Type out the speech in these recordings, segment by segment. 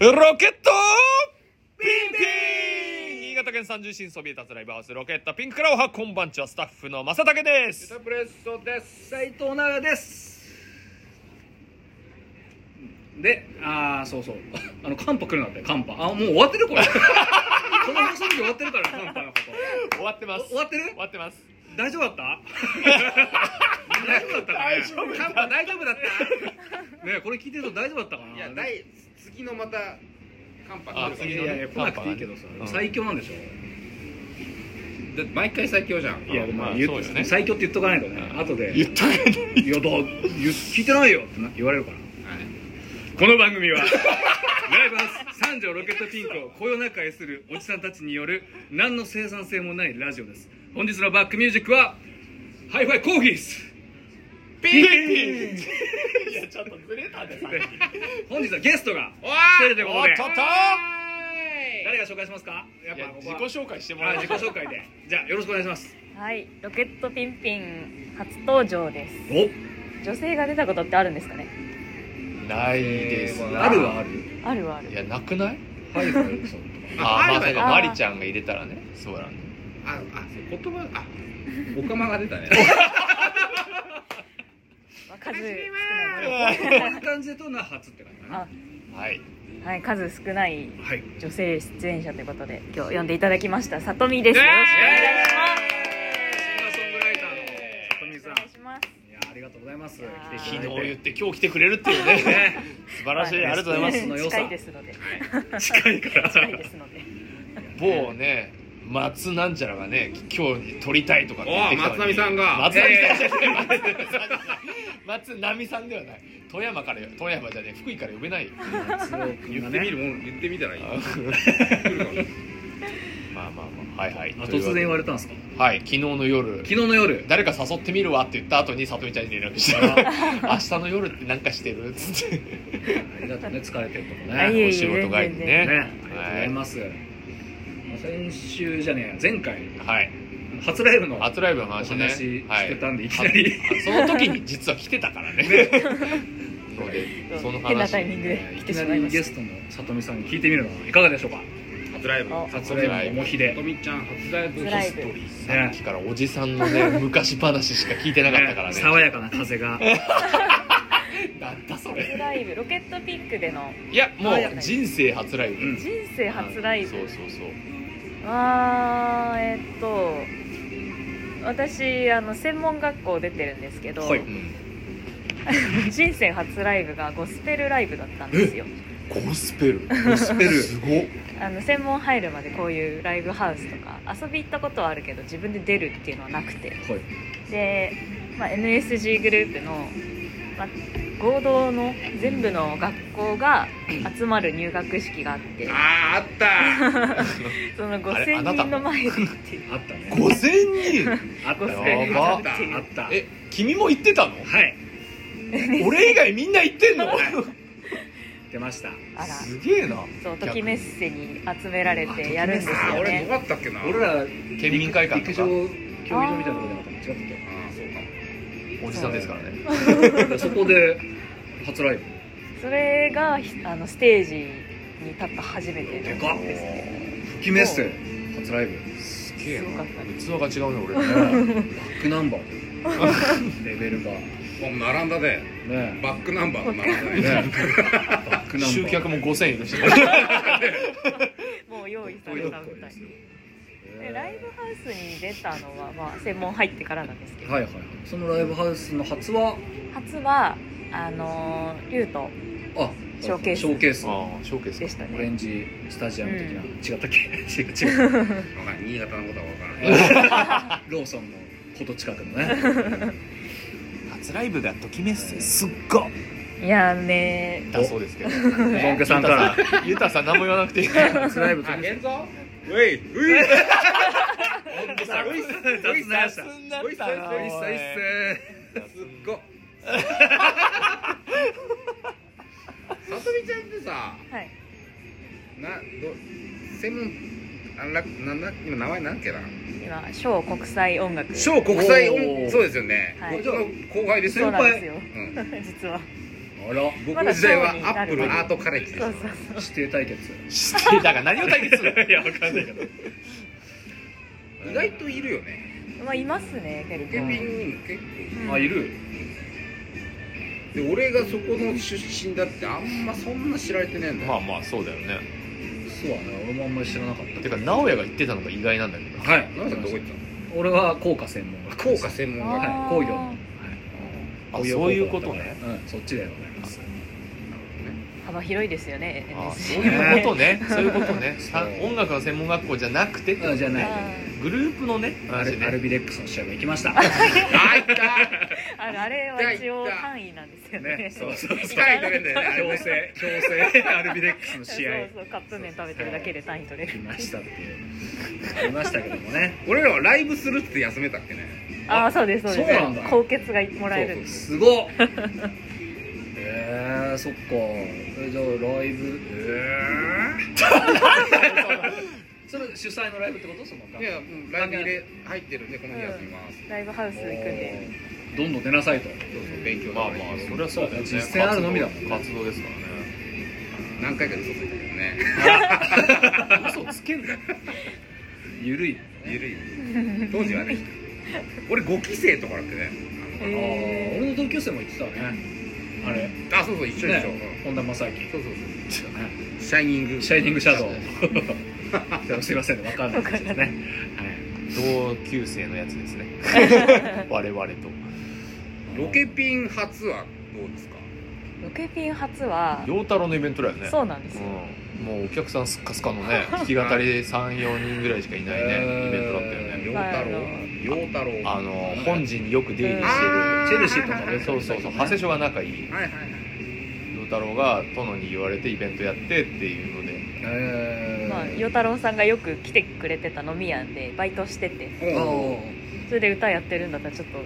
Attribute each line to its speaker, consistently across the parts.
Speaker 1: ロケットピンピン新潟県三重新そびえ立つライブハウスロケットピンクラウハこんばんちはスタッフの正竹です
Speaker 2: プレッソです斉藤奈良ですでああそう そうあのカンパ来るなってカンパあもう終わってるこ れこの放送日終わってるからカンパのこ
Speaker 1: 終わってま
Speaker 2: と
Speaker 1: す
Speaker 2: お終わってる
Speaker 1: 終わってます
Speaker 2: 大丈夫だった 大丈夫だったかね
Speaker 3: 大丈夫
Speaker 2: カンパ大丈夫だったねこれ聞いてると大丈夫だったかない
Speaker 3: いや、第次のまた寒波
Speaker 1: あ
Speaker 3: 来るから
Speaker 1: 次
Speaker 2: い
Speaker 1: の
Speaker 2: やいや来なくていいけどさ、最強なんでしょ
Speaker 3: だって毎回最強じゃん
Speaker 2: いや、
Speaker 1: あ
Speaker 2: ま
Speaker 1: ま
Speaker 2: あ、
Speaker 1: あ
Speaker 2: 言
Speaker 1: そう
Speaker 2: う
Speaker 1: ですね
Speaker 2: 最強って言っとかないとね、後で。
Speaker 1: 言っとけない
Speaker 2: いやだ言聞いてないよってな言われるからこの番 組はライブハウス三条ロケットピンクをこよなく愛するおじさんたちによる何の生産性もないラジオです本日のバックミュージックはハイファイコーヒース
Speaker 1: ピンピンいやちょっとずれたでさっ
Speaker 2: で本日はゲストが
Speaker 3: お
Speaker 2: 来て
Speaker 3: ー
Speaker 2: るということ
Speaker 1: お
Speaker 2: で
Speaker 1: っとっと
Speaker 2: 誰が紹介しますかやっ
Speaker 1: いや
Speaker 2: ぱここ
Speaker 1: 自
Speaker 2: は
Speaker 1: 己紹介しても
Speaker 2: あ
Speaker 1: らいま
Speaker 2: 自
Speaker 1: し
Speaker 2: 己
Speaker 1: ょう
Speaker 2: 紹介でじゃあよろしくお願いします
Speaker 4: はい、ロケットピンピン初登場です。
Speaker 2: お
Speaker 4: 女性が出たことってあるんですかね。
Speaker 1: ないですな
Speaker 2: あるはある
Speaker 4: あるはあ
Speaker 1: い
Speaker 4: る。
Speaker 1: やなくない
Speaker 2: ハイファイさんとか
Speaker 1: あ
Speaker 3: あ
Speaker 1: まさか
Speaker 3: あ
Speaker 1: マリちゃんが入れたらねそうなんだ
Speaker 3: あ、あ、そう言葉あ、おかまが出たね
Speaker 4: まあ数少ない
Speaker 2: こういう感じでとな初って感じかな
Speaker 4: あ、
Speaker 1: はい
Speaker 4: はい、数少ない
Speaker 2: はい
Speaker 4: 女性出演者ということで今日呼んでいただきましたさとみです。よろ
Speaker 2: シンガーソングライターの里
Speaker 4: し
Speaker 2: 見さ
Speaker 4: くお
Speaker 2: ん
Speaker 4: 願いします。
Speaker 2: いやありがとうございます来てい
Speaker 1: 昨
Speaker 2: た
Speaker 1: 日
Speaker 2: だいて
Speaker 1: 言って今日来てくれるっていうね
Speaker 2: ね
Speaker 1: 素晴らしい、
Speaker 4: はい
Speaker 1: ありがとうござい
Speaker 2: そ
Speaker 1: ま
Speaker 2: の良さ
Speaker 4: 近いですので。
Speaker 2: 近いから
Speaker 4: 近いですので。
Speaker 1: す某ね松なんちゃらがね今日に撮りたいとかって言ってきたのに
Speaker 3: お松並さんが
Speaker 1: 松並さんじゃない、松並さんではない富山からよ富山じゃねえ福井から呼べないよ
Speaker 2: 松尾君
Speaker 3: 言
Speaker 2: が
Speaker 3: ってみ
Speaker 2: ね
Speaker 3: るもん、言ってみたらいい
Speaker 1: あ
Speaker 3: 来るかも
Speaker 1: まあまあまあはいはい
Speaker 2: あ突然言われたんですか
Speaker 1: はい昨日の夜
Speaker 2: 昨日の夜
Speaker 1: 誰か誘ってみるわって言った後に里美ちゃんに連絡した ら「明日の夜ってなんかしてる?」っつって
Speaker 2: ありがとうね疲れてるとこ
Speaker 4: あい
Speaker 2: ねね
Speaker 4: え
Speaker 1: お仕事帰りに
Speaker 2: あ
Speaker 1: ね
Speaker 2: りがとうございます先週じゃねえ前回
Speaker 1: はい
Speaker 2: 初ライブの
Speaker 1: 初ライブの
Speaker 2: お話
Speaker 1: 話ね
Speaker 2: してたんでいきなり
Speaker 1: はいその時に実は来てたからねのでその話
Speaker 4: 変なタイミングで
Speaker 2: いき
Speaker 4: 来て
Speaker 2: な
Speaker 4: しまい
Speaker 2: り
Speaker 4: ま
Speaker 2: ゲ
Speaker 4: し
Speaker 2: ストの里見さんに聞いてみるのはいかがでしょうか
Speaker 3: 初ライブ
Speaker 4: た。あ
Speaker 2: 初ライブの重ひ
Speaker 3: と
Speaker 2: で
Speaker 3: みちゃん、初ライブヒストリー
Speaker 1: さっきからおじさんのね昔話しか聞いてなかったからね
Speaker 2: 爽やかな風が
Speaker 1: なんだそ
Speaker 4: 初
Speaker 1: れ
Speaker 4: ライブロケットピックでの
Speaker 1: いやもう人生初ライブ、
Speaker 2: うん
Speaker 4: 人生初ライブ
Speaker 1: そ。うそうそう
Speaker 4: あーえっと私あの専門学校出てるんですけど、
Speaker 2: はい
Speaker 1: うん
Speaker 4: 人生初ライブがゴスペルライブだったんですよ
Speaker 1: ゴスペル
Speaker 2: ゴスペル
Speaker 1: すごっ
Speaker 4: あの専門入るまでこういうライブハウスとか遊び行ったことはあるけど自分で出るっていうのはなくて
Speaker 2: はい
Speaker 4: で、まあ、NSG グループの、まあ、合同の全部の学校が集まる入学式があって
Speaker 3: あー、あ った
Speaker 4: その
Speaker 1: あれあな
Speaker 4: 5000
Speaker 1: た
Speaker 4: 人の前でっていう
Speaker 2: あったね
Speaker 1: 5000
Speaker 2: あった
Speaker 4: ゴス
Speaker 2: よ
Speaker 4: ペル
Speaker 1: やば
Speaker 4: 歌うっていう
Speaker 2: あった
Speaker 1: 人え君も行ってたの
Speaker 2: はい
Speaker 1: 俺以外みんな行ってんの
Speaker 2: 出ました
Speaker 4: あら
Speaker 1: すげえな
Speaker 4: そうときメッセに集められてやるんです
Speaker 3: あー
Speaker 4: よ
Speaker 3: 俺
Speaker 4: ね
Speaker 3: どうだったっけな
Speaker 2: 俺ら
Speaker 1: 県民会館
Speaker 2: 陸
Speaker 1: と
Speaker 2: 上
Speaker 1: か
Speaker 2: 競技場みたいなところでまた違っ
Speaker 3: あー、そうかも
Speaker 1: おじさんですからね
Speaker 2: たっけそこで初ライブ
Speaker 4: それがひあのステージに立った初めての
Speaker 2: かっ
Speaker 4: ですね
Speaker 2: 復帰メッセ初ライブ
Speaker 1: すげえ
Speaker 4: すご
Speaker 1: な
Speaker 4: かった
Speaker 1: 器が違うね俺ね
Speaker 2: バックナンバーレベルがね
Speaker 3: もう並んだで、バックナンバーの並んだ
Speaker 2: ね
Speaker 3: ね
Speaker 2: バックナンバー
Speaker 1: 集客も5000いるし
Speaker 4: もう用意さ
Speaker 2: こうい
Speaker 4: れ
Speaker 2: う
Speaker 4: た
Speaker 2: と
Speaker 4: み
Speaker 2: こ
Speaker 4: た
Speaker 2: で
Speaker 4: い
Speaker 2: すよ
Speaker 4: でライブハウスに出たのは、まあ、専門入ってからなんですけど、
Speaker 2: はいはいはいそのライブハウスの初は
Speaker 4: 初はあのーリュート
Speaker 2: あ
Speaker 4: ショーケース
Speaker 2: ショーケースオ
Speaker 1: ああショーケース
Speaker 4: でした
Speaker 2: レ
Speaker 4: ね
Speaker 2: ンジスタジアム的な
Speaker 4: うん
Speaker 2: 違ったっけ違う違う
Speaker 3: わかんない新潟のことは分からない
Speaker 2: ローソンのほど近くのね
Speaker 1: 初ライブがときめっせすっごい
Speaker 4: いやーね
Speaker 1: だそうですけど
Speaker 2: ボンケさんから
Speaker 1: ゆたさん何も言わなくていい
Speaker 2: 初ライブと
Speaker 3: あ、
Speaker 2: ね
Speaker 3: 現像ウェイウェイ
Speaker 2: 雑なやつだ
Speaker 3: おいさんおいさんおいすっごっさとみちゃんってさ
Speaker 4: はい
Speaker 3: など専門あらなんだ今名前なんだっけな
Speaker 4: 今小国際音楽
Speaker 3: 小国際
Speaker 2: おー
Speaker 3: 音そうですよね、
Speaker 4: はい
Speaker 3: 僕の後輩です
Speaker 4: そう
Speaker 3: よ
Speaker 4: なんですよ
Speaker 3: うん、
Speaker 4: 実は
Speaker 2: あら
Speaker 4: ま
Speaker 3: 僕
Speaker 4: だ
Speaker 3: の時代は
Speaker 4: 興味がある
Speaker 3: アップルアートカレッジで
Speaker 4: そ
Speaker 3: し
Speaker 4: うそうそう
Speaker 2: 指定対決
Speaker 1: してだから何を対決するの
Speaker 2: いやわかんないけど
Speaker 3: た意外といるよね
Speaker 4: まあいますね
Speaker 3: ロケ
Speaker 4: 結
Speaker 3: ピン
Speaker 4: 構、
Speaker 3: にも結
Speaker 4: うん
Speaker 2: あいる
Speaker 3: 構で俺がそこの出身だってあんまそんな知られてねえんだよ、
Speaker 1: まあまあそうだよね
Speaker 2: そうだね俺もあんまり知らなかって
Speaker 1: か直哉が言ってたのが意外なんだけど
Speaker 2: たはい
Speaker 3: 奈良さんどこ行った
Speaker 2: 俺は高科専門学
Speaker 3: の効果専門
Speaker 4: あ
Speaker 3: 学
Speaker 4: ー
Speaker 3: 校
Speaker 2: はい工業のはい
Speaker 1: あ
Speaker 2: 工業
Speaker 1: そういう
Speaker 2: 高
Speaker 1: こ
Speaker 2: 校
Speaker 1: と
Speaker 2: だった
Speaker 1: ね
Speaker 2: からうんそっちでございます
Speaker 4: 幅広いですよね
Speaker 1: あ
Speaker 4: NSC
Speaker 1: そういうことねそう いうことねさ
Speaker 2: そう
Speaker 1: 音楽の専門学校じゃなくてって
Speaker 2: あじゃない
Speaker 1: グループのね
Speaker 2: ア
Speaker 1: 話
Speaker 2: ルア
Speaker 1: ね
Speaker 2: ルビレックスの試合も行きました
Speaker 3: あいた
Speaker 4: あのあれは一応単位なんですよね
Speaker 2: ねそう そうそう
Speaker 3: 近いとれんだよねあれ
Speaker 2: 強
Speaker 3: ね
Speaker 2: 制強制アルビレックスの試合
Speaker 4: そうそうカップ麺食べてるだけで単位取れ
Speaker 2: 来
Speaker 4: る
Speaker 2: ましたっていうありましたけどもね
Speaker 3: 俺らはライブするって休めたっけね
Speaker 4: ああそうですそうです
Speaker 2: そうなんだ
Speaker 4: 高血がもらえるんです
Speaker 2: すごっえー、そっかえじゃあライブえー、それ主催のライブってことその
Speaker 3: いやもうライブ入れ入ってるんでこの日休みます、
Speaker 4: ライブハウス行くんで
Speaker 2: どんどん出なさいと
Speaker 3: そうそう勉強
Speaker 1: まあまあそれはそうだよね
Speaker 2: 実践あるのみだもんね
Speaker 1: 活動活動ですからね
Speaker 3: 何回かで嘘ついたけど ね
Speaker 1: 嘘つけんだよ
Speaker 2: ゆるい
Speaker 3: ゆるい当時はね俺5期生とかだってね
Speaker 2: あー
Speaker 4: へー
Speaker 2: 俺の同級生も言ってたねあれね
Speaker 3: あそうそう一緒一緒、
Speaker 2: 本田正明
Speaker 3: そうそうそうシャイニング
Speaker 2: シャイニングシャドウすいませんわかんないですね、はい、
Speaker 1: 同級生のやつですね 我々と
Speaker 3: ロケピン初はどうですか
Speaker 4: ロケピン初は
Speaker 1: 陽太郎のイベントだよね
Speaker 4: そうなんですよ
Speaker 1: うんもうお客さんすっかすかのね弾き語り34人ぐらいしかいない
Speaker 2: へ
Speaker 1: ね
Speaker 2: ー
Speaker 1: イベントだったよね
Speaker 3: 陽太郎陽太郎
Speaker 1: あの本陣によく出入りして
Speaker 3: あ
Speaker 1: る
Speaker 3: ー
Speaker 2: チェルシーとかね
Speaker 1: そうそうそう長谷署が仲いい
Speaker 3: はいはいはい
Speaker 1: 陽太郎が殿に言われてイベントやってっていうので
Speaker 2: えー
Speaker 4: まあ、与太郎さんがよく来てくれてた飲み屋でバイトしてて
Speaker 3: おー
Speaker 4: それで歌やってるんだったらちょっと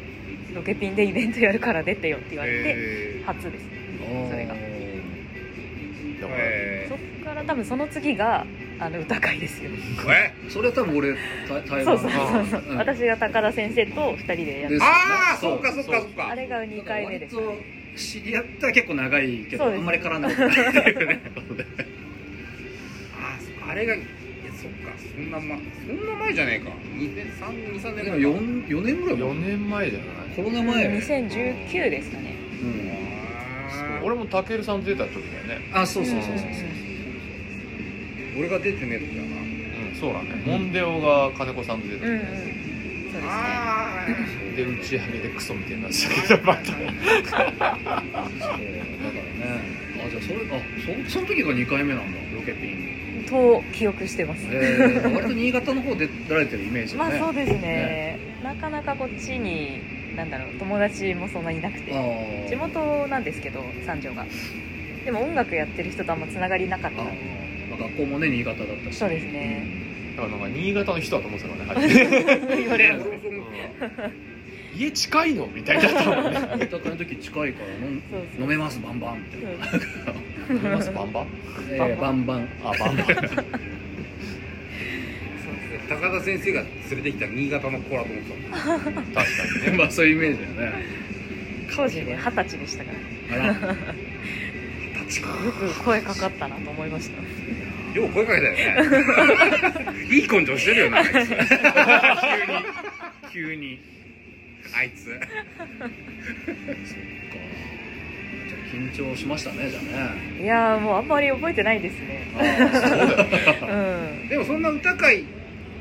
Speaker 4: ロケピンでイベントやるから出てよって言われて
Speaker 3: え
Speaker 4: 初ですねそれが
Speaker 1: だから、
Speaker 3: え
Speaker 4: そっから多分その次があの歌会ですよ
Speaker 3: え
Speaker 2: それは多分俺た台
Speaker 4: そう
Speaker 2: 湾
Speaker 4: そうそうそう、
Speaker 2: うん
Speaker 4: 私が高田先生と2人でやっ
Speaker 2: で
Speaker 4: て
Speaker 3: ああそっかそっかそっか
Speaker 4: あれが2回目です
Speaker 2: 割と知り合ったら結構長いけど、
Speaker 4: そう
Speaker 2: あ
Speaker 4: です
Speaker 2: んまり絡んでないっていうね
Speaker 3: あそっかあれがいやそっかそんな前そんな前じゃねえか2003 23
Speaker 2: で
Speaker 3: 年
Speaker 2: も
Speaker 3: 前
Speaker 2: 4,
Speaker 3: か
Speaker 2: 4年ぐらい
Speaker 1: 4
Speaker 2: 前
Speaker 1: 年前じゃない
Speaker 2: コロナ前、
Speaker 4: 2019ですかね
Speaker 2: うん
Speaker 3: あー
Speaker 1: 俺もたけるさんと出た時だよね
Speaker 2: あそうそうそうそう
Speaker 3: 俺が出てねえ時だな
Speaker 1: うんそうだねモンデオが金子さんと出た
Speaker 4: うんうんうんそうですね
Speaker 3: あー
Speaker 1: で打ち上げでクソみたいになっちゃ ったけどまた
Speaker 2: そうだからねあじゃあそれあそその時が2回目なんだロケピン
Speaker 4: と記憶してます、
Speaker 2: えー、割と新潟の方で出られてるイメージ
Speaker 4: ま
Speaker 2: だ
Speaker 4: あ
Speaker 2: ね
Speaker 4: そうですねなかなかこっちになんだろう友達もそんなにいなくて
Speaker 2: あー
Speaker 4: 地元なんですけど三条がでも音楽やってる人とあんまつながりなかっ
Speaker 2: あ
Speaker 4: た
Speaker 2: ーまあ学校もね新潟だったし
Speaker 4: そうですね
Speaker 1: だからなんか新潟の人だと思ってたからね初 めて
Speaker 4: 言われるんです
Speaker 3: 俺もそう思って
Speaker 1: 家近いのみたいだったも んね
Speaker 2: 新潟の時近いから飲ん
Speaker 4: そうそう
Speaker 2: 飲めますバンバンみたいな、
Speaker 1: 飲みますバンバン
Speaker 2: えーバンバン
Speaker 1: あバンバン
Speaker 3: た高田先生が連れてきた新潟の子だと思って
Speaker 1: 確かにね
Speaker 2: まあそういうイメージだよね
Speaker 4: 当時ね二十歳でしたからよ
Speaker 2: あ ら
Speaker 4: く声かかったなと思いました
Speaker 3: たよう声かけたよねいい根性してるよなあいつ
Speaker 2: 急に
Speaker 3: あいつ
Speaker 2: そっかじゃあ緊張しましたねじゃあね
Speaker 4: いやーもうあんまり覚えてないですね
Speaker 2: ああそうだよね
Speaker 4: うん
Speaker 3: でもそんな歌会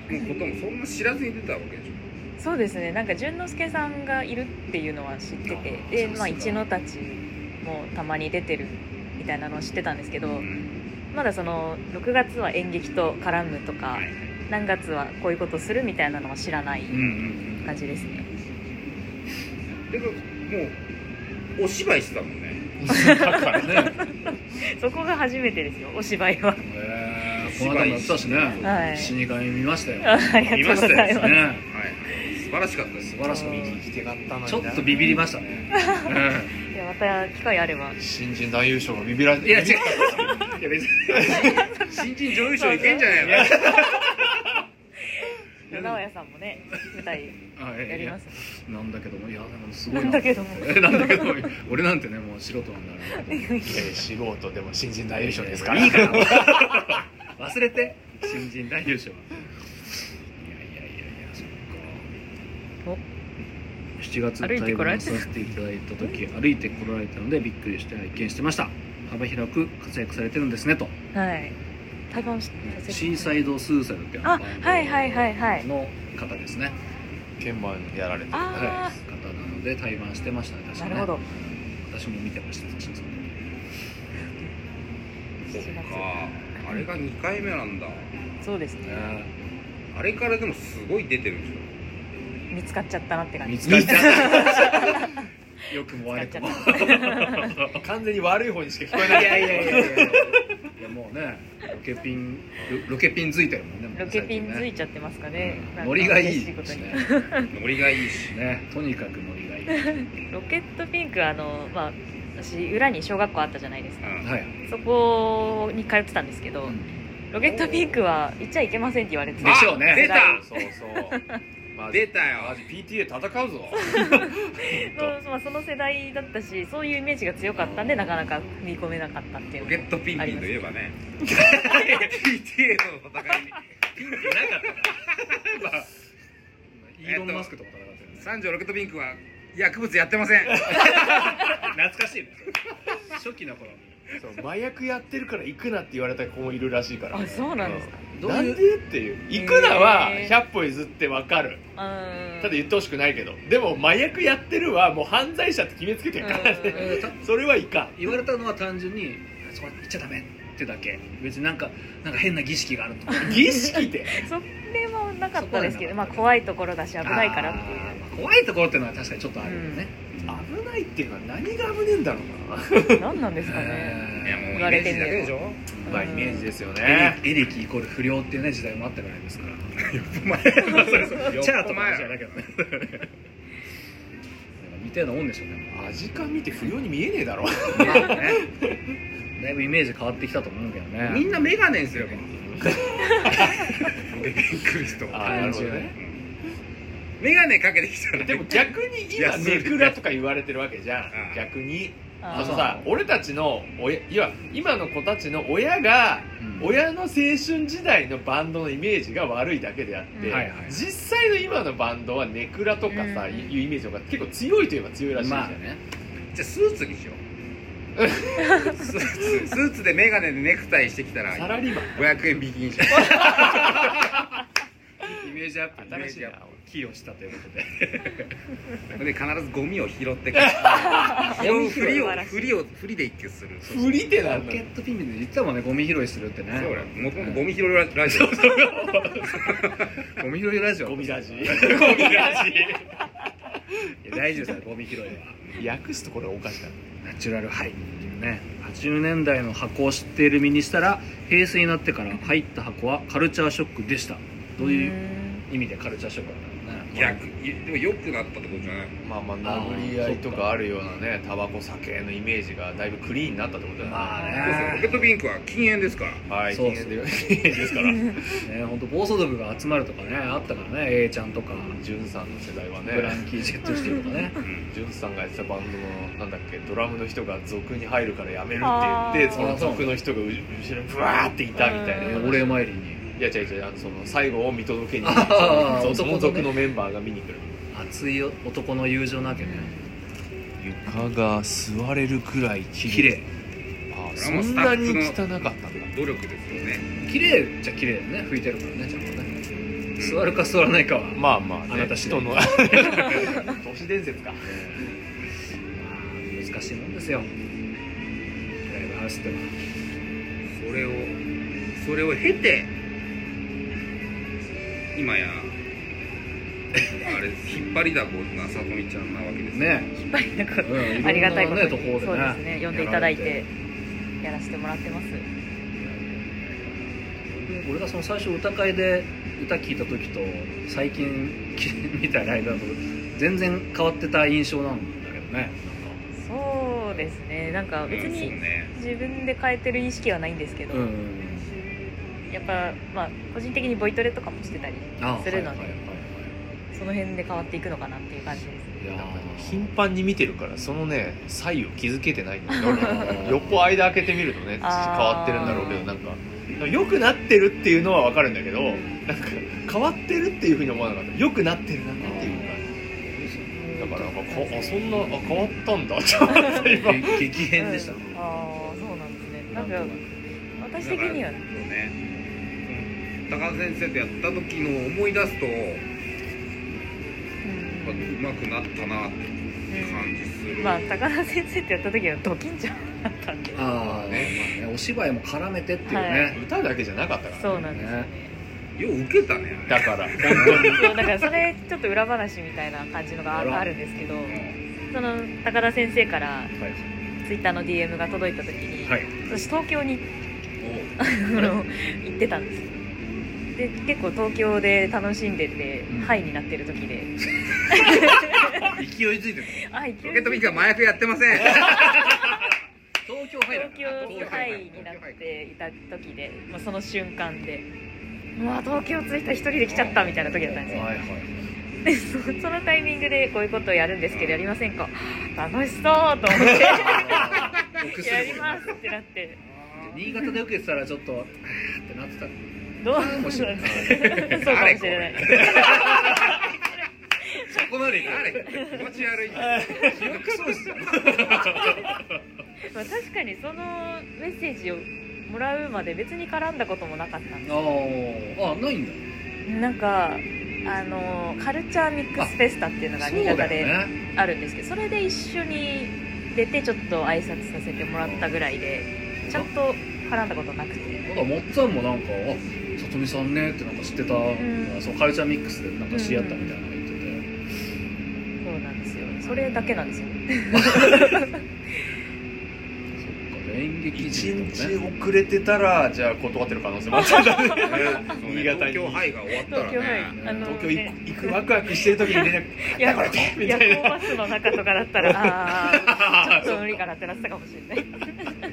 Speaker 3: のこともそんな知らずに出たわけでしょ
Speaker 4: そうですねなんか淳之介さんがいるっていうのは知って
Speaker 2: あ
Speaker 4: てで
Speaker 2: そうそう
Speaker 4: まあ一ノたちもたまに出てるみたいなのを知ってたんですけどまだその6月は演劇と絡むとか何月はこういうことするみたいなのは知らない
Speaker 2: うんうん
Speaker 4: 感じですね
Speaker 3: でもうお芝居してたもん
Speaker 1: だ
Speaker 3: ね
Speaker 1: からね
Speaker 4: そこが初めてですよお芝 居は
Speaker 2: うんへ えこの間もやってたしね、
Speaker 4: はい
Speaker 2: 死神見ましたよ
Speaker 4: ありがとうございます
Speaker 2: 見ね
Speaker 3: はい素晴らしかったです
Speaker 2: 素晴らしかっ
Speaker 1: 来てかったの
Speaker 2: たちょっとビビりました ね、
Speaker 4: いやまた機会あれば
Speaker 1: 新人大優勝がビビら
Speaker 2: うんいや違う
Speaker 1: ビビ
Speaker 2: いや別に新人女優賞
Speaker 4: 賞
Speaker 2: い
Speaker 4: い
Speaker 2: け
Speaker 4: け
Speaker 2: ん
Speaker 4: ん
Speaker 2: じ
Speaker 4: じ
Speaker 2: ゃ
Speaker 4: ゃ
Speaker 2: ないのやでも
Speaker 4: 直哉さんもね舞台
Speaker 2: あえ
Speaker 4: やります
Speaker 2: なんだけどもいやでもすごい
Speaker 4: なんだ けども
Speaker 2: えなんだけども俺なんてねもう素人なんだから
Speaker 1: えー素人でも新人大優勝ですから
Speaker 2: いいから 忘れて新人大優勝いやいやいやいやそっ
Speaker 4: お
Speaker 2: か7月
Speaker 4: 歩いてこられ
Speaker 2: 対
Speaker 4: た
Speaker 2: させていただいた時歩いてこられたのでびっくりして拝見してました幅広く活躍されてるんですねと
Speaker 4: はい対バンし
Speaker 2: シーサイドスーサイドっていう
Speaker 4: あはいはいはいはい
Speaker 2: の方ですね
Speaker 1: 鍵盤やられてる
Speaker 4: あー
Speaker 2: はい方なので対バンしてましたね確か
Speaker 4: な
Speaker 2: ね
Speaker 4: るほど
Speaker 2: 私も見てました確かにその時
Speaker 4: 7月
Speaker 3: あれが2回目なんだ
Speaker 4: そうですね
Speaker 2: ね
Speaker 3: あれからでもすごい出てるんでしょ
Speaker 4: 見つかっちゃったなって感
Speaker 2: 見
Speaker 4: じ
Speaker 2: つかっちゃったよくも悪くも
Speaker 4: 見つ
Speaker 1: 完全に悪い方にしか聞こえ
Speaker 2: い
Speaker 1: ない
Speaker 2: やいやいやいやいやもうねロケピンロロケピンづいてるもんねもうね
Speaker 4: ロケピンづい
Speaker 2: 最
Speaker 4: ちゃってますかね
Speaker 2: 近ね
Speaker 4: なんか
Speaker 2: ノリがいい
Speaker 4: 嬉し
Speaker 2: で
Speaker 4: こと
Speaker 2: す
Speaker 4: に
Speaker 2: ね
Speaker 3: ノリがいいし
Speaker 2: ねとにかくノリが いいはい
Speaker 4: ロケットピンクあのまあ私裏に小学校あったじゃないですか
Speaker 3: うん
Speaker 4: そこに通ってたんですけど、ロケットピンクは行っちゃいけませんって言われて
Speaker 2: でしょう
Speaker 3: あ出
Speaker 2: ね
Speaker 3: た
Speaker 1: そうそうマジ
Speaker 3: 出たよ
Speaker 1: マジ PTA 戦うぞ
Speaker 4: まあまあ、その世代だったしそういうイメージが強かったんでなかなか踏み込めなかったっていう
Speaker 3: ロ
Speaker 4: の
Speaker 3: ケ
Speaker 4: が
Speaker 3: ットピン ピンといえばね PTA との戦いにピンピンなかった
Speaker 2: イーロン・マスクとか戦ってるね
Speaker 3: 三条ロケットピンクは薬物やってません
Speaker 2: 懐かしいね初期の頃
Speaker 1: そう麻薬やってるから行くなって言われた子もいるらしいから
Speaker 4: あそうなんですか
Speaker 1: うん
Speaker 2: どう
Speaker 1: ないん
Speaker 2: う
Speaker 1: でっていう行くなは
Speaker 4: へー
Speaker 1: 100歩譲ってわかる
Speaker 4: うーん
Speaker 1: ただ言ってほしくないけどでも麻薬やってるはもう犯罪者って決めつけてるから
Speaker 4: うん
Speaker 1: ね
Speaker 2: えーた
Speaker 1: それはいかん
Speaker 2: 言われたのは単純に「そこ行っちゃダメ」ってだけ別になんかなんか変な儀式がある とか
Speaker 1: 儀式で
Speaker 4: それはなかったですけ
Speaker 2: そこはなかっ
Speaker 4: ど、
Speaker 2: た
Speaker 4: まあ、怖いところだし危ないからっていう
Speaker 2: あーまあ怖いところっていうのは確かにちょっとあるよね、
Speaker 1: 危ないっていうのは何が危ねえんだろうな
Speaker 4: 何なんですかね
Speaker 2: えー
Speaker 3: いやもうイ
Speaker 4: 言
Speaker 3: メ
Speaker 4: われ
Speaker 3: ー
Speaker 4: て
Speaker 3: ジ
Speaker 4: み
Speaker 3: だけ
Speaker 4: れ
Speaker 3: で
Speaker 4: ば
Speaker 3: しょ
Speaker 1: まあイメージですよ
Speaker 2: エ
Speaker 1: ね
Speaker 2: レエレキイコール不良っていうね時代もあったぐらいです から
Speaker 3: よっ
Speaker 2: チャーと
Speaker 3: ぽ
Speaker 2: か
Speaker 3: 前
Speaker 2: じゃ
Speaker 3: ら
Speaker 2: だけどね 似たようなもんでしょうね
Speaker 1: 味感見て不良に見えねえだろ
Speaker 2: まあねだいぶイメージ変わってきたと思うけどね
Speaker 3: みんなメガネにすればびっくりした
Speaker 1: あーなるほどね
Speaker 3: メガネかけてきたら
Speaker 1: でも逆に
Speaker 3: いや
Speaker 1: 今
Speaker 3: そうです
Speaker 1: ネク
Speaker 3: ね
Speaker 1: ラとか言われてるわけじゃん
Speaker 3: うん
Speaker 1: 逆に
Speaker 4: あ
Speaker 1: あ
Speaker 4: ー
Speaker 1: のさ俺たちの親いや今の子たちの親が
Speaker 2: うん
Speaker 1: 親の青春時代のバンドのイメージが悪いだけであって、
Speaker 4: うん
Speaker 2: はいはい
Speaker 1: 実際の今のバンドはネクラとかさ、
Speaker 4: うん
Speaker 1: いうイメージとか結構強いといえば強いらしいじゃん、
Speaker 2: まあね
Speaker 3: じゃあスーツにしよ うスーツスーツでメガネでネクタイしてきたら
Speaker 1: サラリーマン
Speaker 3: 500円引きにしよ
Speaker 2: イメージアップイメ
Speaker 1: 新
Speaker 2: ー
Speaker 1: しい
Speaker 2: ジア
Speaker 1: な
Speaker 2: ップ寄与したということで
Speaker 3: うで必ずゴミを拾ってく るゴミ振りを振りを振りで一挙するそう
Speaker 1: 振りってな
Speaker 2: ロ
Speaker 1: んだ
Speaker 2: ケットピンピンで言ってたもんねゴミ拾いするってね
Speaker 3: だよもともとゴミ拾いラジオ
Speaker 2: ゴミ拾いラジオ
Speaker 1: ゴミラジ
Speaker 2: ミラジいや大事ですよゴミ拾いは
Speaker 1: 訳すとこれおかしかった
Speaker 2: ナチュラルハイっていうね80年代の箱を知っている身にしたら平成になってから入った箱はカルチャーショックでしたどういう
Speaker 4: ー
Speaker 2: 意味でカルチャーショックだったのかな
Speaker 3: 逆いでも良くなったってことじゃない
Speaker 1: まあまあ
Speaker 2: あー
Speaker 1: 殴り合いとかあるようなねタバコ酒のイメージがだいぶクリーンになったってことだよね、
Speaker 2: まあ
Speaker 3: そうそうロケ
Speaker 2: ね
Speaker 3: ットピンクは禁煙ですから
Speaker 1: はい
Speaker 2: そう
Speaker 1: 禁
Speaker 2: そう
Speaker 1: 煙で禁煙ですから
Speaker 2: ね本当暴走族が集まるとかねあったからね A ちゃんとか、
Speaker 1: ジュンさんの世代は
Speaker 2: ブラン
Speaker 1: ね
Speaker 2: キー・ジェットシティとかね
Speaker 1: ジュンさんがやってたバンドのなんだっけドラムの人が俗に入るからやめるって言って
Speaker 2: あー
Speaker 1: その俗の人がう後ろにブワーっていたみたいな
Speaker 4: うん
Speaker 2: お礼参りに
Speaker 1: いや違う違うあのその最後を見届けに
Speaker 2: あー
Speaker 1: そうその
Speaker 2: 男
Speaker 1: 族の
Speaker 2: のね
Speaker 1: メンバーが見に来る
Speaker 2: 熱い男の友情なわけね
Speaker 1: 床が座れるくらい
Speaker 2: 綺
Speaker 1: 綺
Speaker 2: 麗
Speaker 1: あー
Speaker 3: そ
Speaker 1: そ
Speaker 3: れはもうん
Speaker 1: なに汚かったんだ
Speaker 3: 努力ですよね
Speaker 2: 綺麗じゃ綺麗だよね拭いてるからねちゃんとね座るか座らないかは
Speaker 1: まあまあね
Speaker 2: あなた次第
Speaker 1: 人の 都市伝説か
Speaker 2: まあ難しいもんですよライブハウスってのは
Speaker 3: それをそれを経て今やあれ引っ張りだこなさとみちゃんなわけですよ
Speaker 2: ね
Speaker 4: 引っ張りだこ
Speaker 2: うんいろんな
Speaker 4: ありがたいことに
Speaker 2: ねところでね
Speaker 4: そうですね呼んでいただいてやらせてもらってます
Speaker 2: 俺がその最初歌会で歌聴いた時と最近見たライブだと全然変わってた印象なんだけどね
Speaker 4: そうですねなんか別
Speaker 3: うんそう
Speaker 4: に
Speaker 3: ね
Speaker 4: 自分で変えてる意識はないんですけど、
Speaker 2: うん
Speaker 4: やっぱ、まあ、個人的にボイトレとかもしてたり
Speaker 2: あ
Speaker 4: するの
Speaker 2: はい
Speaker 4: で、
Speaker 2: はいはい
Speaker 4: その辺で変わっていくのかなっていう感じです
Speaker 1: いやー頻繁に見てるからそのね差異を気づけてないんだ よ
Speaker 2: はい
Speaker 1: 横間開けてみるとね変わってるんだろうけどなんか良くなってるっていうのは分かるんだけどなんか変わってるっていうふうに思わなかった良くなってるなっていう感じだからなんかかあそんなあ変わったんだ って思って今
Speaker 2: 激激変でした、
Speaker 4: うんああそうなんですねなんか
Speaker 2: なんと
Speaker 4: 私的には
Speaker 3: だからそうねその高田先生とやった時のを思い出すとやっぱ
Speaker 4: う
Speaker 3: 上手くなったなって感じす
Speaker 4: ん
Speaker 3: る、
Speaker 4: まあ高田先生ってやった時はドキンちゃんだったんで
Speaker 2: ああね,、まあ、ねお芝居も絡めてっていうね、
Speaker 1: 歌だけじゃなかったから
Speaker 4: そ
Speaker 1: ね
Speaker 4: うなんですよね
Speaker 3: よう受けたねあ
Speaker 1: だから本当に
Speaker 4: そうだからそれちょっと裏話みたいな感じのが
Speaker 2: あら
Speaker 4: ああるんですけど
Speaker 3: れ
Speaker 4: その高田先生から
Speaker 2: はい
Speaker 4: ツイッターの DM が届いた時に、
Speaker 2: はい
Speaker 4: 私東京にあの行ってたんですよで結構東京で楽しんでて、
Speaker 2: ん
Speaker 4: ハイになってる時で
Speaker 2: 勢いづいて
Speaker 4: あ勢い
Speaker 3: ロケットピンクは麻薬やってません
Speaker 2: た東京
Speaker 4: 東京ハイになっていた時で、まあ、その瞬間でうわ東京着いた一人で来ちゃったみたいな時だったんですよ
Speaker 2: はいはい
Speaker 4: でそそのタイミングでこういうことをやるんですけどやりませんか楽しそうと思って
Speaker 2: 臆する
Speaker 4: やりますってなって
Speaker 2: 新潟で受けてたらちょっとあーってなってた
Speaker 4: どう
Speaker 2: かもしれない
Speaker 4: そうかもしれない
Speaker 2: そこまでい
Speaker 3: あれ気持ち悪いんだよ
Speaker 2: くそうですよ
Speaker 4: まあ、確かにそのメッセージをもらうまで別に絡んだこともなかったんで
Speaker 2: あーあないんだ
Speaker 4: なんかあのカルチャーミックスフェスタっていうのが
Speaker 2: そう
Speaker 4: 新潟
Speaker 2: だ
Speaker 4: で
Speaker 2: よね
Speaker 4: あるんですけどそ,、れで一緒に出てちょっと挨拶させてもらったぐらいでちゃんと絡んだことなくて
Speaker 2: なんかもっつぁんもなんか「あさとみさんね」ってなんか知ってた、
Speaker 4: ん
Speaker 2: そのカルチャーミックスでなんか知り合ったみたいなの言ってて、
Speaker 4: そうなんですよそれだけなんですよね
Speaker 2: そっか演劇
Speaker 1: 一
Speaker 2: 人とか
Speaker 1: 日
Speaker 2: ね
Speaker 1: 遅れてたらじゃあ断ってる可能 性もあったんだね
Speaker 3: そうね
Speaker 1: 新潟に
Speaker 3: 東京ハイが終わったら
Speaker 4: 東京はい
Speaker 3: ね
Speaker 4: あの
Speaker 1: 東京行
Speaker 4: ね
Speaker 1: く行くワクワクしてる時に出なく
Speaker 4: 夜
Speaker 1: だからねみたいな
Speaker 4: 夜行バスの中とかだったらあ ーちょっと無理かなってなってたかもしれない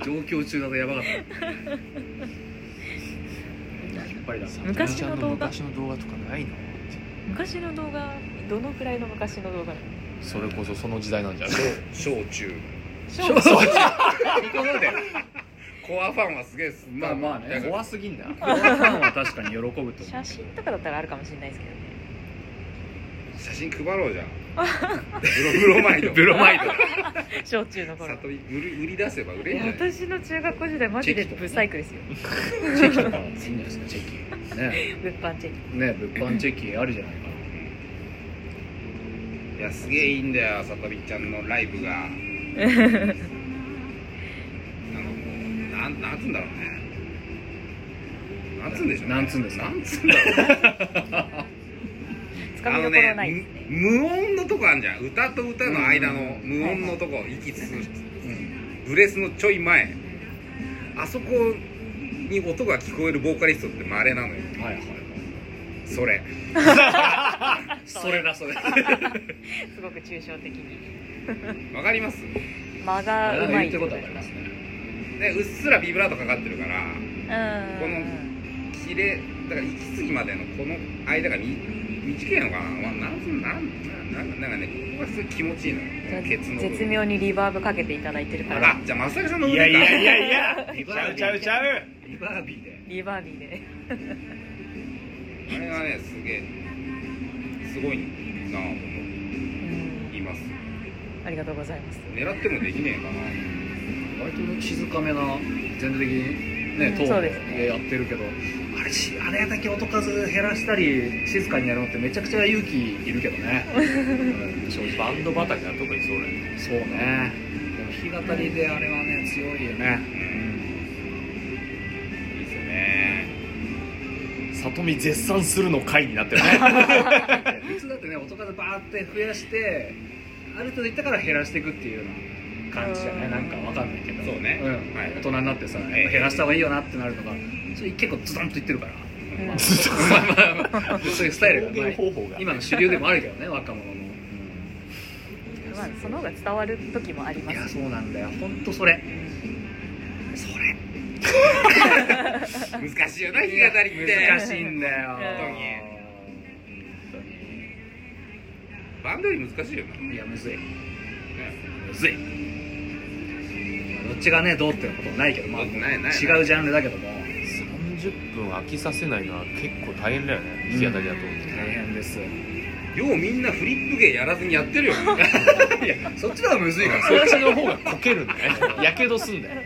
Speaker 2: 上京中だとやばかった
Speaker 1: やっぱりだ
Speaker 4: 昔の動画
Speaker 1: 昔の動画とかないの
Speaker 4: 昔の動画どのくらいの昔の動画なの
Speaker 1: それこそその時代なんじゃない
Speaker 3: 小中
Speaker 4: 小学生
Speaker 3: ところでコアファンはすげえす
Speaker 2: まあまあね
Speaker 3: だから
Speaker 1: 怖すぎんな
Speaker 2: ファンは確かに喜ぶと思う
Speaker 4: 写真とかだったらあるかもしれないですけどね
Speaker 3: 写真配ろう じゃんブロブロマイド
Speaker 2: ブロマイド
Speaker 4: 小中の頃
Speaker 3: 里見売り売り出せば売れ
Speaker 4: い
Speaker 3: んじ
Speaker 4: や
Speaker 3: ゃない
Speaker 4: 私の中学校時代マジでブサイクですよ
Speaker 2: チェキとかいいんじゃないですかチェキね
Speaker 4: 物販チェッ
Speaker 2: ね物販チェキあるじゃないか
Speaker 3: いやすげえいいんだよ里見ちゃんのライブが なんかもうなんなんつうんだろうねなんつうんでしょうね
Speaker 2: なんつうんですか
Speaker 3: なんつうんだろうね
Speaker 4: クつか
Speaker 3: あ
Speaker 4: み
Speaker 3: の
Speaker 4: どころないです
Speaker 3: ね
Speaker 4: ね
Speaker 3: む無音のとこあんじゃん歌と歌の間の無音のとこ息つくブレスのちょい前あそこに音が聞こえるボーカリストってまれなのよ
Speaker 2: らはいはい
Speaker 3: それ
Speaker 2: それだそれ
Speaker 4: すごく抽象的に
Speaker 3: わかります
Speaker 4: 間がうま
Speaker 2: 言っ
Speaker 4: い
Speaker 2: てることわかりますね
Speaker 3: でうっすらビブラートかかってるからこの
Speaker 4: う
Speaker 3: 綺麗だから息継ぎまでのこの間がみ短いのかな、まあ、なんつうなんなんなんなんかねここがすごい気持ちいいのよこのケツ
Speaker 4: ん
Speaker 3: の部分
Speaker 4: 絶妙にリバーブかけていただいてるか
Speaker 3: あ
Speaker 4: ら
Speaker 3: らじゃあ松坂さんの
Speaker 1: い
Speaker 3: 腕
Speaker 1: やい
Speaker 3: か
Speaker 1: やいやいやち
Speaker 2: リバ
Speaker 1: ゃ
Speaker 2: ー
Speaker 1: う
Speaker 2: ビ
Speaker 1: ちゃう
Speaker 2: ー
Speaker 1: ちゃう
Speaker 2: リバービーで
Speaker 4: リバービーで
Speaker 3: あれはねすげえすごいなぁ
Speaker 4: うん
Speaker 3: 思います
Speaker 4: ありがとうございます
Speaker 3: 狙ってもできねえ
Speaker 2: 割と静かめな全体的にね
Speaker 4: うん
Speaker 2: ト
Speaker 4: そ
Speaker 2: ー
Speaker 4: う
Speaker 2: ン
Speaker 4: です
Speaker 2: でやってるけどあれしあれだけ音数減らしたり静かにやるのってめちゃくちゃ勇気いるけど ねうん正直
Speaker 1: バンド畑なとこにそうね
Speaker 2: そうねでも弾き語りであれはね強いよね
Speaker 3: かなうんいいっすよね
Speaker 1: 里見絶賛するの回になってる ね
Speaker 2: 普通だってね音数バーって増やしてある程度いったから減らしていくっていうような感じじゃないなんかわかんないけど
Speaker 3: そうね
Speaker 2: ん
Speaker 3: はい
Speaker 2: 大人になってさやっぱ減らした方がいいよなってなるのがそれ結構ズドンといってる から
Speaker 4: うん
Speaker 2: まあまあそういうスタイルが
Speaker 1: 表
Speaker 2: ない
Speaker 1: 現方法が
Speaker 2: 今の主流でもあるけどね若者の、
Speaker 4: まあその方が伝わる時もありま
Speaker 2: いや
Speaker 4: す
Speaker 2: そうなんだよ本当それそれ
Speaker 3: 難しいよな弾き語りって
Speaker 2: 難しいんだよ
Speaker 4: 本
Speaker 2: 当に
Speaker 3: バンドより難しいよな、
Speaker 2: いやむずいむずいどっちがねどうってことはないけどまあ違
Speaker 3: ないないな
Speaker 2: う
Speaker 3: い
Speaker 2: ジャンルだけども
Speaker 1: 30分飽きさせないのは結構大変だよね弾き語りだと思う
Speaker 2: 大変ですい
Speaker 3: ようみんなフリップ芸やらずに やってるよね
Speaker 2: やそっちの方がむずい から
Speaker 1: そっちの方がこけるんだよやけどすん だよ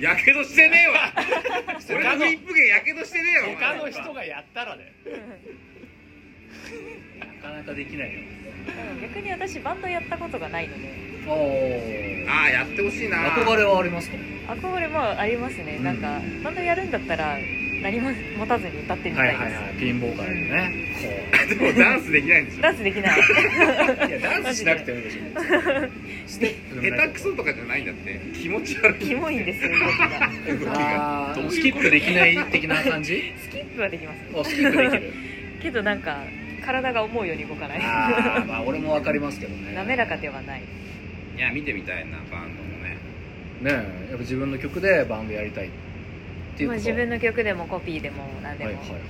Speaker 3: やけどしてねえわ俺
Speaker 1: 他
Speaker 3: のフ
Speaker 1: の
Speaker 3: リップ芸やけどしてねえよお
Speaker 1: 他
Speaker 3: 前
Speaker 1: の人がやったらだよ
Speaker 2: なかなかできないよ
Speaker 4: 逆に私バンドやったことがないので
Speaker 2: おお
Speaker 3: ああやってほしいな
Speaker 2: 憧れはありますか
Speaker 4: 憧れもありますね、
Speaker 2: うん
Speaker 4: なんかバンドやるんだったら何も持たずに歌ってみ
Speaker 2: は
Speaker 4: た
Speaker 2: い
Speaker 4: いです、
Speaker 2: はいはいピンボーカルでね
Speaker 3: でもダンスできないんでしょ
Speaker 4: ダンスできない
Speaker 2: こういやダンスしなくてもいいでしょステップの
Speaker 3: 下手くそとかじゃないんだって気持ち悪い
Speaker 4: キモいんですよ動きが
Speaker 3: 動きが
Speaker 2: あースキップできない的な感 じ
Speaker 4: スキップはできます
Speaker 2: おスキップできる
Speaker 4: けどなんか体が思うように動かない
Speaker 2: ああ まあ俺もわかりますけどね
Speaker 4: 滑らかではない
Speaker 3: いや見てみたいなバンドもね
Speaker 2: ねえやっぱ自分の曲でバンドやりたいっていう
Speaker 4: まあ
Speaker 2: こと
Speaker 4: 自分の曲でもコピーでも何で
Speaker 2: は
Speaker 4: も、
Speaker 2: いはいはい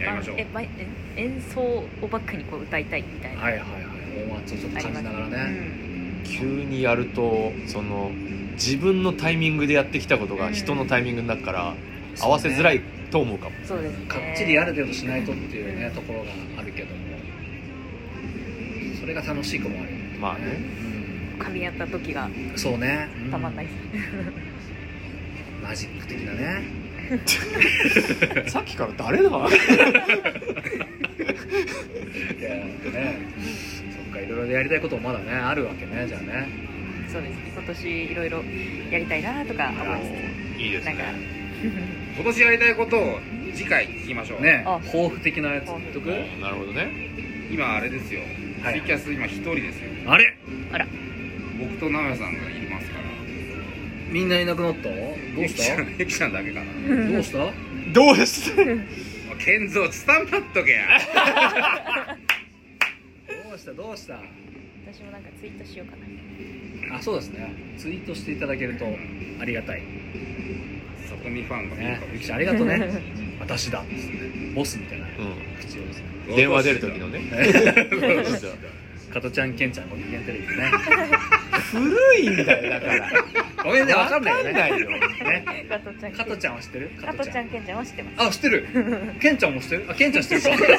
Speaker 3: やりましょう
Speaker 4: えまえ演奏をバックにこう歌いたいみたいな、
Speaker 2: はいはいはいはい音圧をちょっと
Speaker 4: あり
Speaker 2: 感
Speaker 4: ます
Speaker 2: じながら
Speaker 4: う
Speaker 2: ね
Speaker 4: ん
Speaker 1: 急にやるとその自分のタイミングでやってきたことが人のタイミングになるから合わせづらいと思うかも
Speaker 4: そうですね
Speaker 2: かっちりある程度しないとっていうねところがあるけどもそれが楽しい子もあるよね
Speaker 1: まあね
Speaker 4: 噛み合った時が
Speaker 2: うんそうね
Speaker 4: たまんない
Speaker 2: い
Speaker 4: です、
Speaker 2: マジック的なね
Speaker 1: さっきから誰だ
Speaker 2: いやねそっかいろいろやりたいこともまだねあるわけねじゃあね
Speaker 4: そうです今年いろいろやりたいなとか思い
Speaker 1: いいで
Speaker 4: つつなんか
Speaker 3: 今年やりたいことを次回聞きましょう
Speaker 2: ね
Speaker 4: あ
Speaker 2: 抱負的なやつ言っとく
Speaker 1: おなるほどね
Speaker 3: 今あれですよ
Speaker 2: は
Speaker 3: ツ
Speaker 2: い
Speaker 3: イキャス今一人ですよ
Speaker 2: あれ
Speaker 3: 僕と直哉さんがいますから
Speaker 2: みんないなくなったどう
Speaker 3: ゆきち
Speaker 2: し
Speaker 3: ゃ
Speaker 2: た
Speaker 3: んゆきちゃんだけかな
Speaker 2: どうした
Speaker 1: どうです
Speaker 3: 健三伝まっとけや
Speaker 2: どうしたどうした
Speaker 4: 私もなんかツイートしようかな
Speaker 2: あそうですねツイートしていただけるとありがたい
Speaker 3: そこにファンが見る
Speaker 2: ね
Speaker 3: かも
Speaker 2: ゆきちゃんありがとうね 私だボスみたいな口をですね
Speaker 1: うん電話出る時のね実は
Speaker 2: 加トちゃんけんちゃんご機嫌テレビで ね
Speaker 1: 古いんだよだから
Speaker 2: ごめんねわ
Speaker 1: わ
Speaker 2: かんないよね
Speaker 1: よ
Speaker 2: ね
Speaker 4: 加トちゃん
Speaker 2: 加トちゃんは知ってる
Speaker 4: 加トちゃんけんちゃんは知ってます
Speaker 2: あ知ってるけんちゃんも知ってるあけんちゃん知ってるか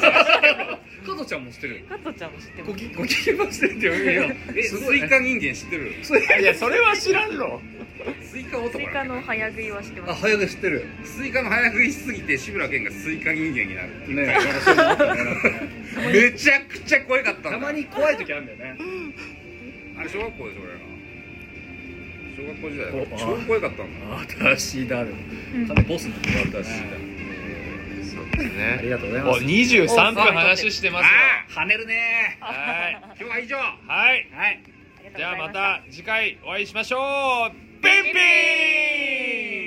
Speaker 2: 加トちゃんも知ってる
Speaker 4: 加トちゃんも知ってま
Speaker 2: ご
Speaker 4: す
Speaker 2: きご機嫌も知ってるって言うよ
Speaker 3: え
Speaker 2: す
Speaker 3: ス
Speaker 2: ごい
Speaker 3: イ
Speaker 2: ね
Speaker 3: カ人間知ってる
Speaker 2: それ
Speaker 1: いやそれは知らんろ
Speaker 3: スイカ男だ
Speaker 4: スイカの早食いは知って
Speaker 2: あ
Speaker 4: ます
Speaker 2: 早く知って る
Speaker 3: スイカの早食いしすぎて志村けんがスイカ人間になる
Speaker 2: ね私も思ったねなんかね
Speaker 3: めちゃくちゃ怖かったんだ
Speaker 2: たまに怖い時あるんだよね
Speaker 3: あれ小学校でしょ俺ら小学校時代
Speaker 2: お
Speaker 3: 超怖かったんだ
Speaker 2: 私だる
Speaker 4: うん
Speaker 2: 完全にボスになってもらっ
Speaker 3: 私
Speaker 2: た
Speaker 3: だ
Speaker 2: し
Speaker 1: そうです
Speaker 2: あり
Speaker 1: ね
Speaker 2: がとうござい
Speaker 1: お
Speaker 2: ます
Speaker 1: 23分話してます
Speaker 3: あ
Speaker 2: 跳ねるね
Speaker 1: よはい
Speaker 3: あ今日は以上
Speaker 1: はい
Speaker 2: はい
Speaker 4: ありがとうご
Speaker 1: じ
Speaker 4: ざ
Speaker 1: ゃあ
Speaker 4: い
Speaker 1: ま
Speaker 4: した
Speaker 1: 次回お会いしましょうピンピン
Speaker 2: 哎